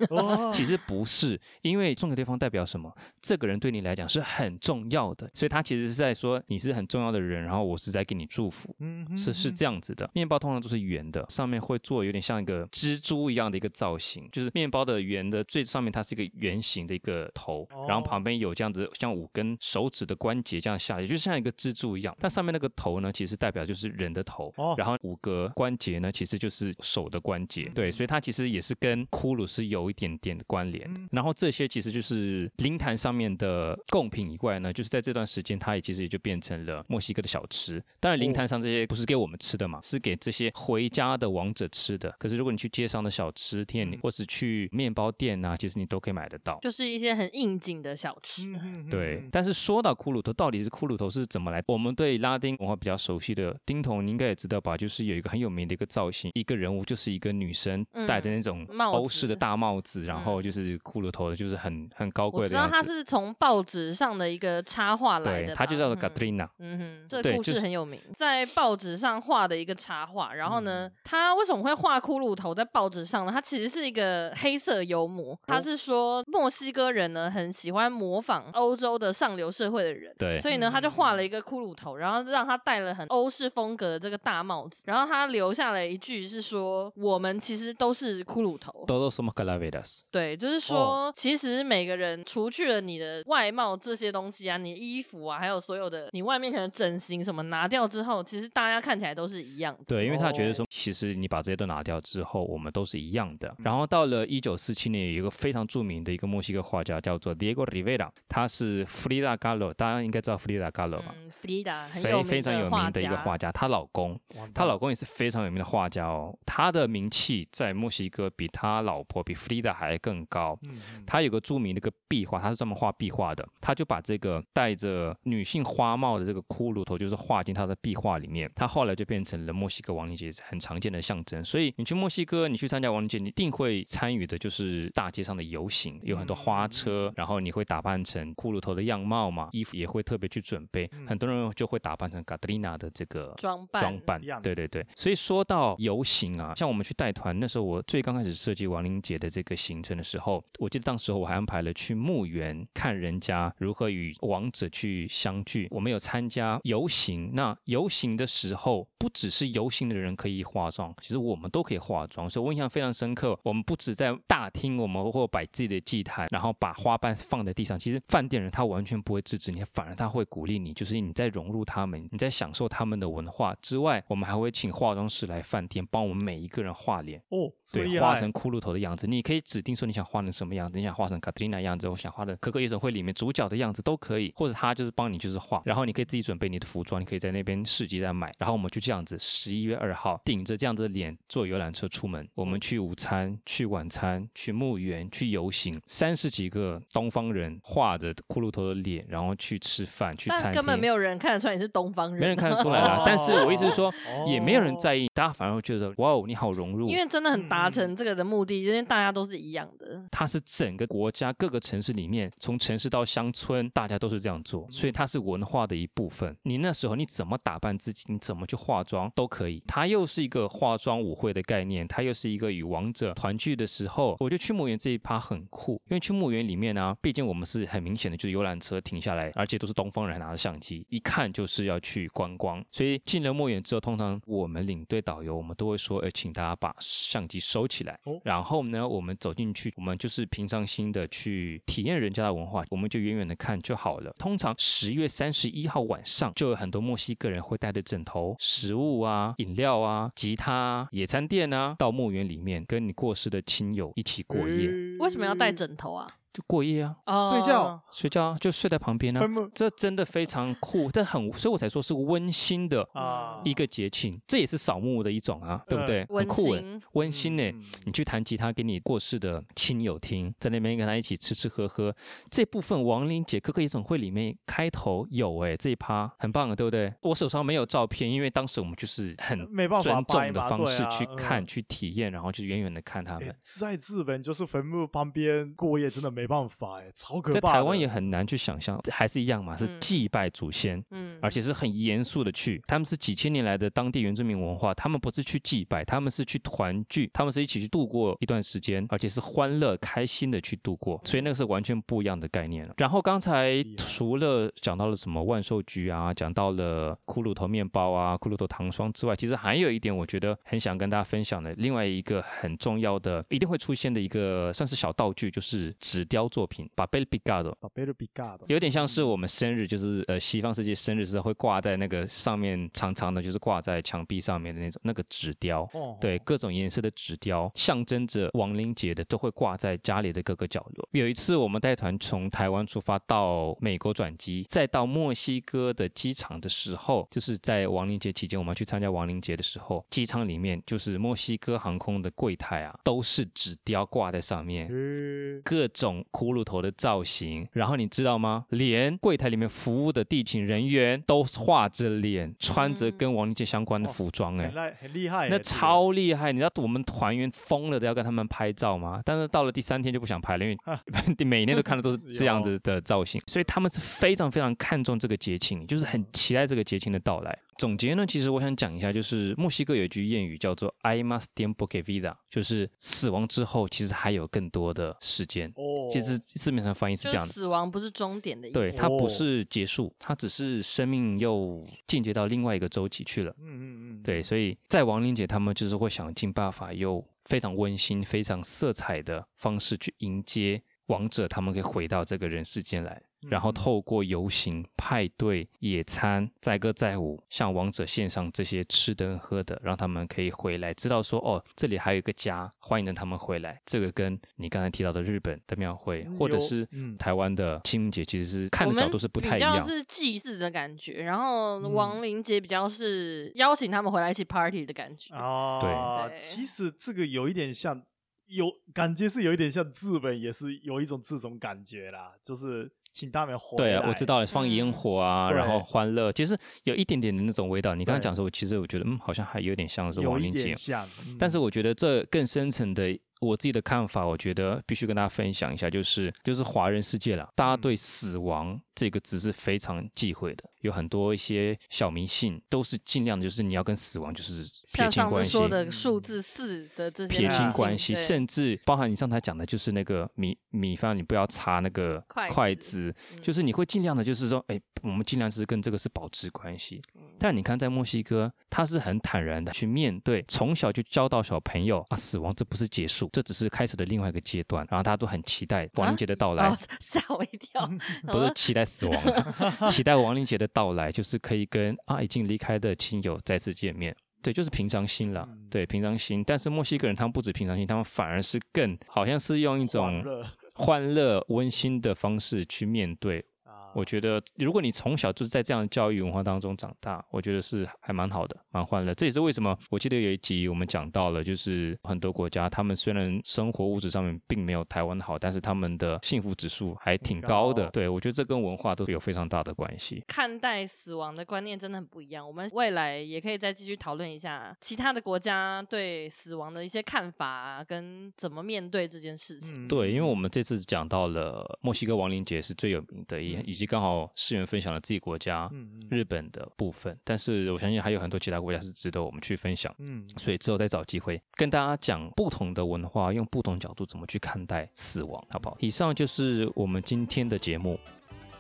Speaker 1: 嗯
Speaker 2: 哦
Speaker 1: 其实不是，因为送给对方代表什么？这个人对你来讲是很重要的，所以他其实是在说你是很重要的人，然后我是在给你祝福。
Speaker 2: 嗯哼
Speaker 1: 是是这样子的，面包通常都是圆的，上面会做有点像一个蜘蛛一样的一个造型，就是面包的圆的最上面它是一个圆形的一个头，然后
Speaker 2: 哦
Speaker 1: 旁边有这样子像五根手指的关节这样下来，就像一个蜘蛛一样。但上面那个头呢，其实代表就是人的头，
Speaker 2: 哦嗯
Speaker 1: 然后五个关节呢，其实就是手的关节，对，所以它其实也是跟骷髅是有一点点的关联的。
Speaker 2: 嗯
Speaker 1: 然后这些其实就是灵坛上面的贡品以外呢，就是在这段时间，它也其实也就变成了墨西哥的小吃。当然，灵坛上这些不是给我们吃的嘛，是给这些回家的王者吃的。可是如果你去街上的小吃店，或是去面包店啊，其实你都可以买得到。
Speaker 3: 嗯就是一些很应景的小吃。
Speaker 2: 嗯哼哼
Speaker 1: 对，
Speaker 2: 哼
Speaker 1: 但是说到骷髅头，到底是骷髅头是怎么来？我们对拉丁文化比较熟悉的丁彤，你应该也知道吧？就是有一个很有名的一个造型，一个人物就是一个女生
Speaker 3: 嗯
Speaker 1: 戴着那种
Speaker 3: 帽
Speaker 1: 欧式的
Speaker 3: 子嗯
Speaker 1: 大帽子，然后就是骷髅头，就是很很高
Speaker 3: 我
Speaker 1: 贵
Speaker 3: 知
Speaker 1: 的
Speaker 3: 道
Speaker 1: 样
Speaker 3: 它
Speaker 1: 子。
Speaker 3: 是从报纸上的一个插画来
Speaker 1: 对，
Speaker 3: 的吧，
Speaker 1: 它就叫做
Speaker 3: 嗯
Speaker 1: Katrina，
Speaker 3: 嗯哼，这
Speaker 1: 对
Speaker 3: 故
Speaker 1: 就
Speaker 3: 事
Speaker 1: 是
Speaker 3: 很有名，在报纸上画的一个插画。然后
Speaker 1: 嗯
Speaker 3: 呢，他为什么会画骷髅头在报纸上呢？他其实是一个黑色幽默，
Speaker 1: 哦
Speaker 3: 他是说墨西哥人呢很喜欢模仿欧洲的上流社会的人，
Speaker 1: 对
Speaker 3: 所以呢，他就画了一个骷髅头，然后让他戴了很欧式风格的这个大帽子，然后他留下了一句是说：“我们其实都是骷髅头。”
Speaker 1: Todos somos calaveras。
Speaker 3: 对，就是说，
Speaker 1: 哦
Speaker 3: 其实每个人除去了你的外貌这些东西啊，你衣服啊，还有所有的你外面可能整形什么拿掉之后，其实大家看起来都是一样的。
Speaker 1: 对，因为他觉得
Speaker 2: 哦
Speaker 1: 说，其实你把这些都拿掉之后，我们都是一样的。
Speaker 3: 嗯
Speaker 1: 然后到了一九四七年，有一个非常著名的一个墨西哥画家叫做 Diego Rivera，他是 Frida Kahlo，大家应该知道 Frida Kahlo 吧？
Speaker 3: 嗯，Frida 很有
Speaker 1: 非
Speaker 3: 名
Speaker 1: 非常有名的一个
Speaker 3: 画
Speaker 1: 画
Speaker 3: 家，
Speaker 1: 家，
Speaker 3: 嗯
Speaker 1: 她老公，她老公也是非常有名的画家哦。她的名气在墨西哥比她老婆比 Frida 还更高。
Speaker 2: 嗯，
Speaker 1: 他有个著名的一个壁画，他是专门画壁画的，他就把这个戴着女性花帽的这个骷髅头，就是画进他的壁画里面。他后来就变成了墨西哥亡灵节很常见的象征。所以你去墨西哥，你去参加亡灵节，你一定会参与的就是大街上的游行，有很多花车，然后你会打扮成骷髅头的样貌嘛，衣服也会特别去准备。很多人就会打扮成 Katrina 的这个
Speaker 3: 装扮
Speaker 1: 装扮
Speaker 2: 样，
Speaker 1: 对
Speaker 2: 子
Speaker 1: 对对。所以说到游行啊，像我们去带团那时候，我最刚开始设计亡灵节的这个行程的时候，我记得当时候我还安排了去墓园看人家如何与亡者去相聚。我们有参加游行，那游行的时候，不只是游行的人可以化妆，其实我们都可以化妆。所以我印象非常深刻，我们不止在大厅，我们会摆自己的祭坛，然后把花瓣放在地上。其实饭店人他完全不会制止你，反而他会鼓励你，就是你在融入他们，你在享受他们的文化之外，我们还会请化妆师来饭店帮我们每一个人画脸。
Speaker 2: 哦，这么厉
Speaker 1: 对，
Speaker 2: 害
Speaker 1: 画成骷髅头的样子，你可以指定说你想画成什么样子，你想画成 Katrina 样子，我想画的可可夜总会里面主角的样子都可以，或者他就是帮你就是画，然后你可以自己准备你的服装，你可以在那边市集再买，然后我们就这样子，十一月二号顶着这样子的脸坐游览车出门，我们去午餐、去晚餐、去墓园、去游行，三十几个东方人画着骷髅头的脸，然后去吃饭、去餐
Speaker 3: 但
Speaker 1: 厅，
Speaker 3: 根本没有人看得出来你是东方人，
Speaker 1: 没人看得出来啦
Speaker 2: 哦。
Speaker 1: 但是我意思是说，
Speaker 2: 哦
Speaker 1: 也没有人在意，大家反而会觉得哇哦，你好融入，
Speaker 3: (laughs) 因为真的很达
Speaker 2: 嗯
Speaker 3: 成这个的目的，因为大家都是一样的。
Speaker 1: 它是整个国家各个城市里面，从城市到乡村，大家都是这样做，所以它是文化的一部分。你那时候你怎么打扮自己，你怎么去化妆都可以。它又是一个化妆舞会的概念，它又是一个与王者团聚的时候。我觉得去墓园这一趴很酷，因为去墓园里面呢、毕竟我们是很明显的就是游览车停下来，而且都是东方人拿着相机，一看就是要去观光。所以进了墓园之后，通常我们领队导游我们都会说，呃，请大家把相机收起来。
Speaker 2: 哦
Speaker 1: 然后呢，我们走进去，我们就是平常心的去体验人家的文化，我们就远远的看就好了。通常十月三十一号晚上，就有很多墨西哥人会带着枕头、食物啊、饮料啊、吉他啊、野餐垫啊，到墓园里面跟你过世的亲友一起过
Speaker 2: 嗯
Speaker 1: 夜，
Speaker 3: 为什么要
Speaker 1: 嗯
Speaker 3: 戴枕头啊？
Speaker 1: 就过夜啊，
Speaker 3: 哦
Speaker 2: 睡觉
Speaker 1: 睡觉啊，就睡在旁边啊。
Speaker 2: 分母
Speaker 1: 这真的非常酷，这很，所以我才说是温馨的
Speaker 2: 啊，
Speaker 1: 一个节庆，这也是扫墓的一种啊，对不对？很
Speaker 3: 嗯温
Speaker 1: 酷诶，
Speaker 3: 馨，
Speaker 1: 温馨欸呢、
Speaker 2: 嗯
Speaker 1: 你去弹吉他给你过世的亲友听，在那边跟他一起吃吃喝喝，这部分亡灵节可可夜总会里面开头有诶，这一趴很棒的，啊对不对？我手上没有照片，因为当时我们就是很
Speaker 2: 没办法
Speaker 1: 尊
Speaker 2: 掰
Speaker 1: 重
Speaker 2: 嘛
Speaker 1: 的方式去看、。
Speaker 2: 对啊嗯
Speaker 1: 去体验，然后就远远的看他们
Speaker 2: 诶。在日本就是坟墓旁边过夜，真的没办法哎，超可
Speaker 1: 在
Speaker 2: 怕的。
Speaker 1: 台湾也很难去想象，还是一样嘛，是
Speaker 3: 嗯
Speaker 1: 祭拜祖先，
Speaker 3: 嗯，
Speaker 1: 而且是很严肃的去，他们是几千年来的当地原住民文化，他们不是去祭拜，他们是去团聚，他们是一起去度过一段时间，而且是欢乐开心的去度过，所以那个是完全不一样的概念了。然后刚才
Speaker 2: 害
Speaker 1: 除了讲到了什么万寿菊啊，讲到了骷髅头面包啊、骷髅头糖霜之外，其实还有一点我觉得很想跟大家分享的，另外一个很重要的一定会出现的一个算是小道具，就是纸雕作品，把 b e l p i g a d o
Speaker 2: 啊，贝鲁比嘎的，
Speaker 1: 有点像是我们生日，就是呃西方世界生日时候会挂在那个上面长长的，就是挂在墙壁上面的那种那个纸雕。
Speaker 2: 哦
Speaker 1: 对，各种颜色的纸雕，象征着亡灵节的，都会挂在家里的各个角落。有一次，我们带团从台湾出发到美国转机，再到墨西哥的机场的时候，就是在亡灵节期间，我们去参加亡灵节的时候，机场里面就是墨西哥航空的柜台啊，都是纸雕挂在上面，
Speaker 2: 诶
Speaker 1: 各种骷髅头的造型，然后你知道吗？连柜台里面服务的地勤人员都画着脸，穿着跟亡灵节相关的服装、哎、
Speaker 2: 很厉很厉害耶，
Speaker 1: 那
Speaker 2: 这个
Speaker 1: 超厉害！你知道我们团员疯了的要跟他们拍照吗？但是到了第三天就不想拍了，因为 (laughs) 每年都看的都是这样子的造型，所以他们是非常非常看重这个节庆，就是很期待这个节庆的到来。总结呢，其实我想讲一下，就是墨西哥有一句谚语叫做 “I must tiempo que vida”，就是死亡之后其实还有更多的时间。
Speaker 2: 哦
Speaker 1: 其实字面上翻译是
Speaker 3: 就
Speaker 1: 这样
Speaker 3: 是
Speaker 1: 的。
Speaker 3: 死亡不是终点的意思。
Speaker 1: 对，它不
Speaker 2: 哦
Speaker 1: 是结束，它只是生命又进阶到另外一个周期去了。
Speaker 2: 嗯嗯嗯，
Speaker 1: 对，所以在王玲姐他们就是会想尽办法，用非常温馨、非常色彩的方式去迎接王者，他们可以回到这个人世间来，然后
Speaker 2: 嗯
Speaker 1: 透过游行、派对、野餐、载歌载舞，向王者献上这些吃的喝的，让他们可以回来，知道说哦，这里还有一个家，欢迎着他们回来。这个跟你刚才提到的日本的庙会，或者
Speaker 2: 有
Speaker 1: 是
Speaker 2: 嗯
Speaker 1: 台湾的清明节，其实是看
Speaker 3: 我
Speaker 1: 的角
Speaker 3: 们
Speaker 1: 度是不
Speaker 3: 比
Speaker 1: 太一
Speaker 3: 较
Speaker 1: 样。
Speaker 3: 是祭祀的感觉，然后
Speaker 2: 嗯
Speaker 3: 亡灵节比较是邀请他们回来一起 party 的感觉。
Speaker 2: 啊，
Speaker 3: 对
Speaker 2: 其实这个有一点像，有感觉是有一点像日本，也是有一种这种感觉啦，就是请他们回
Speaker 1: 对啊，我
Speaker 2: 来
Speaker 1: 知。道了，放烟
Speaker 3: 嗯
Speaker 1: 火啊，
Speaker 2: 对
Speaker 1: 然后欢乐，其实有一点点的那种味道。你刚刚
Speaker 2: 对
Speaker 1: 讲的时候，其实我觉得，嗯，好像还有点像是
Speaker 2: 有
Speaker 1: 亡
Speaker 2: 一
Speaker 1: 灵节
Speaker 2: 点，像，嗯
Speaker 1: 但是我觉得这更深层的。我自己的看法，我觉得必须跟大家分享一下，就是就是华人世界啦，大家
Speaker 2: 嗯
Speaker 1: 对死亡这个字是非常忌讳的，有很多一些小迷信，都是尽量就是你要跟死亡就是撇
Speaker 3: 像
Speaker 1: 清
Speaker 3: 上次
Speaker 1: 关系。
Speaker 3: 说的数字四的这些
Speaker 1: 撇
Speaker 3: 迷
Speaker 1: 清
Speaker 3: 信
Speaker 1: 关系，
Speaker 3: 对
Speaker 1: 甚至包含你上台讲的，就是那个米米饭，你不要插那个
Speaker 3: 筷子嗯
Speaker 1: 筷子，就是你会尽量的，就是说，哎，我们尽量是跟这个是保持关系。
Speaker 3: 嗯
Speaker 1: 但你看，在墨西哥，他是很坦然的去面对，从小就教导小朋友啊，死亡这不是结束，这只是开始的另外一个阶段，然后大家都很期待亡灵节的到来。
Speaker 3: 哦吓我一跳，
Speaker 1: 不是期待死亡啊， (laughs)
Speaker 2: (laughs)
Speaker 1: 期待亡灵节的到来，就是可以跟啊已经离开的亲友再次见面。对，就是平常心啦，
Speaker 2: 嗯
Speaker 1: 对，平常心。但是墨西哥人他们不止平常心，他们反而是更好像是用一
Speaker 2: 欢
Speaker 1: 种
Speaker 2: 乐
Speaker 1: 欢乐、温馨的方式去面对。
Speaker 2: 啊，
Speaker 1: 我觉得，如果你从小就是在这样的教育文化当中长大，我觉得是还蛮好的，蛮欢乐。这也是为什么我记得有一集我们讲到了，就是很多国家他们虽然生活物质上面并没有台湾好，但是他们的幸福指数还挺高的。
Speaker 2: 高啊
Speaker 1: 对我觉得这跟文化都有非常大的关系。
Speaker 3: (laughs) 看待死亡的观念真的很不一样。我们未来也可以再继续讨论一下其他的国家对死亡的一些看法、啊，跟怎么面对这件事情。
Speaker 2: 嗯
Speaker 1: 对，因为我们这次讲到了墨西哥亡灵节是最有名的，以以及刚好世源分享了自己国家
Speaker 2: 嗯嗯
Speaker 1: 日本的部分，但是我相信还有很多其他国家是值得我们去分享。
Speaker 2: 嗯
Speaker 1: 所以之后再找机会跟大家讲不同的文化，用不同角度怎么去看待死亡，好不好？以上就是我们今天的节目，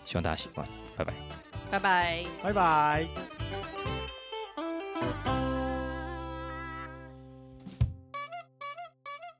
Speaker 1: 希望大家喜欢，拜拜。
Speaker 3: 拜拜。
Speaker 2: 拜拜。
Speaker 4: Thank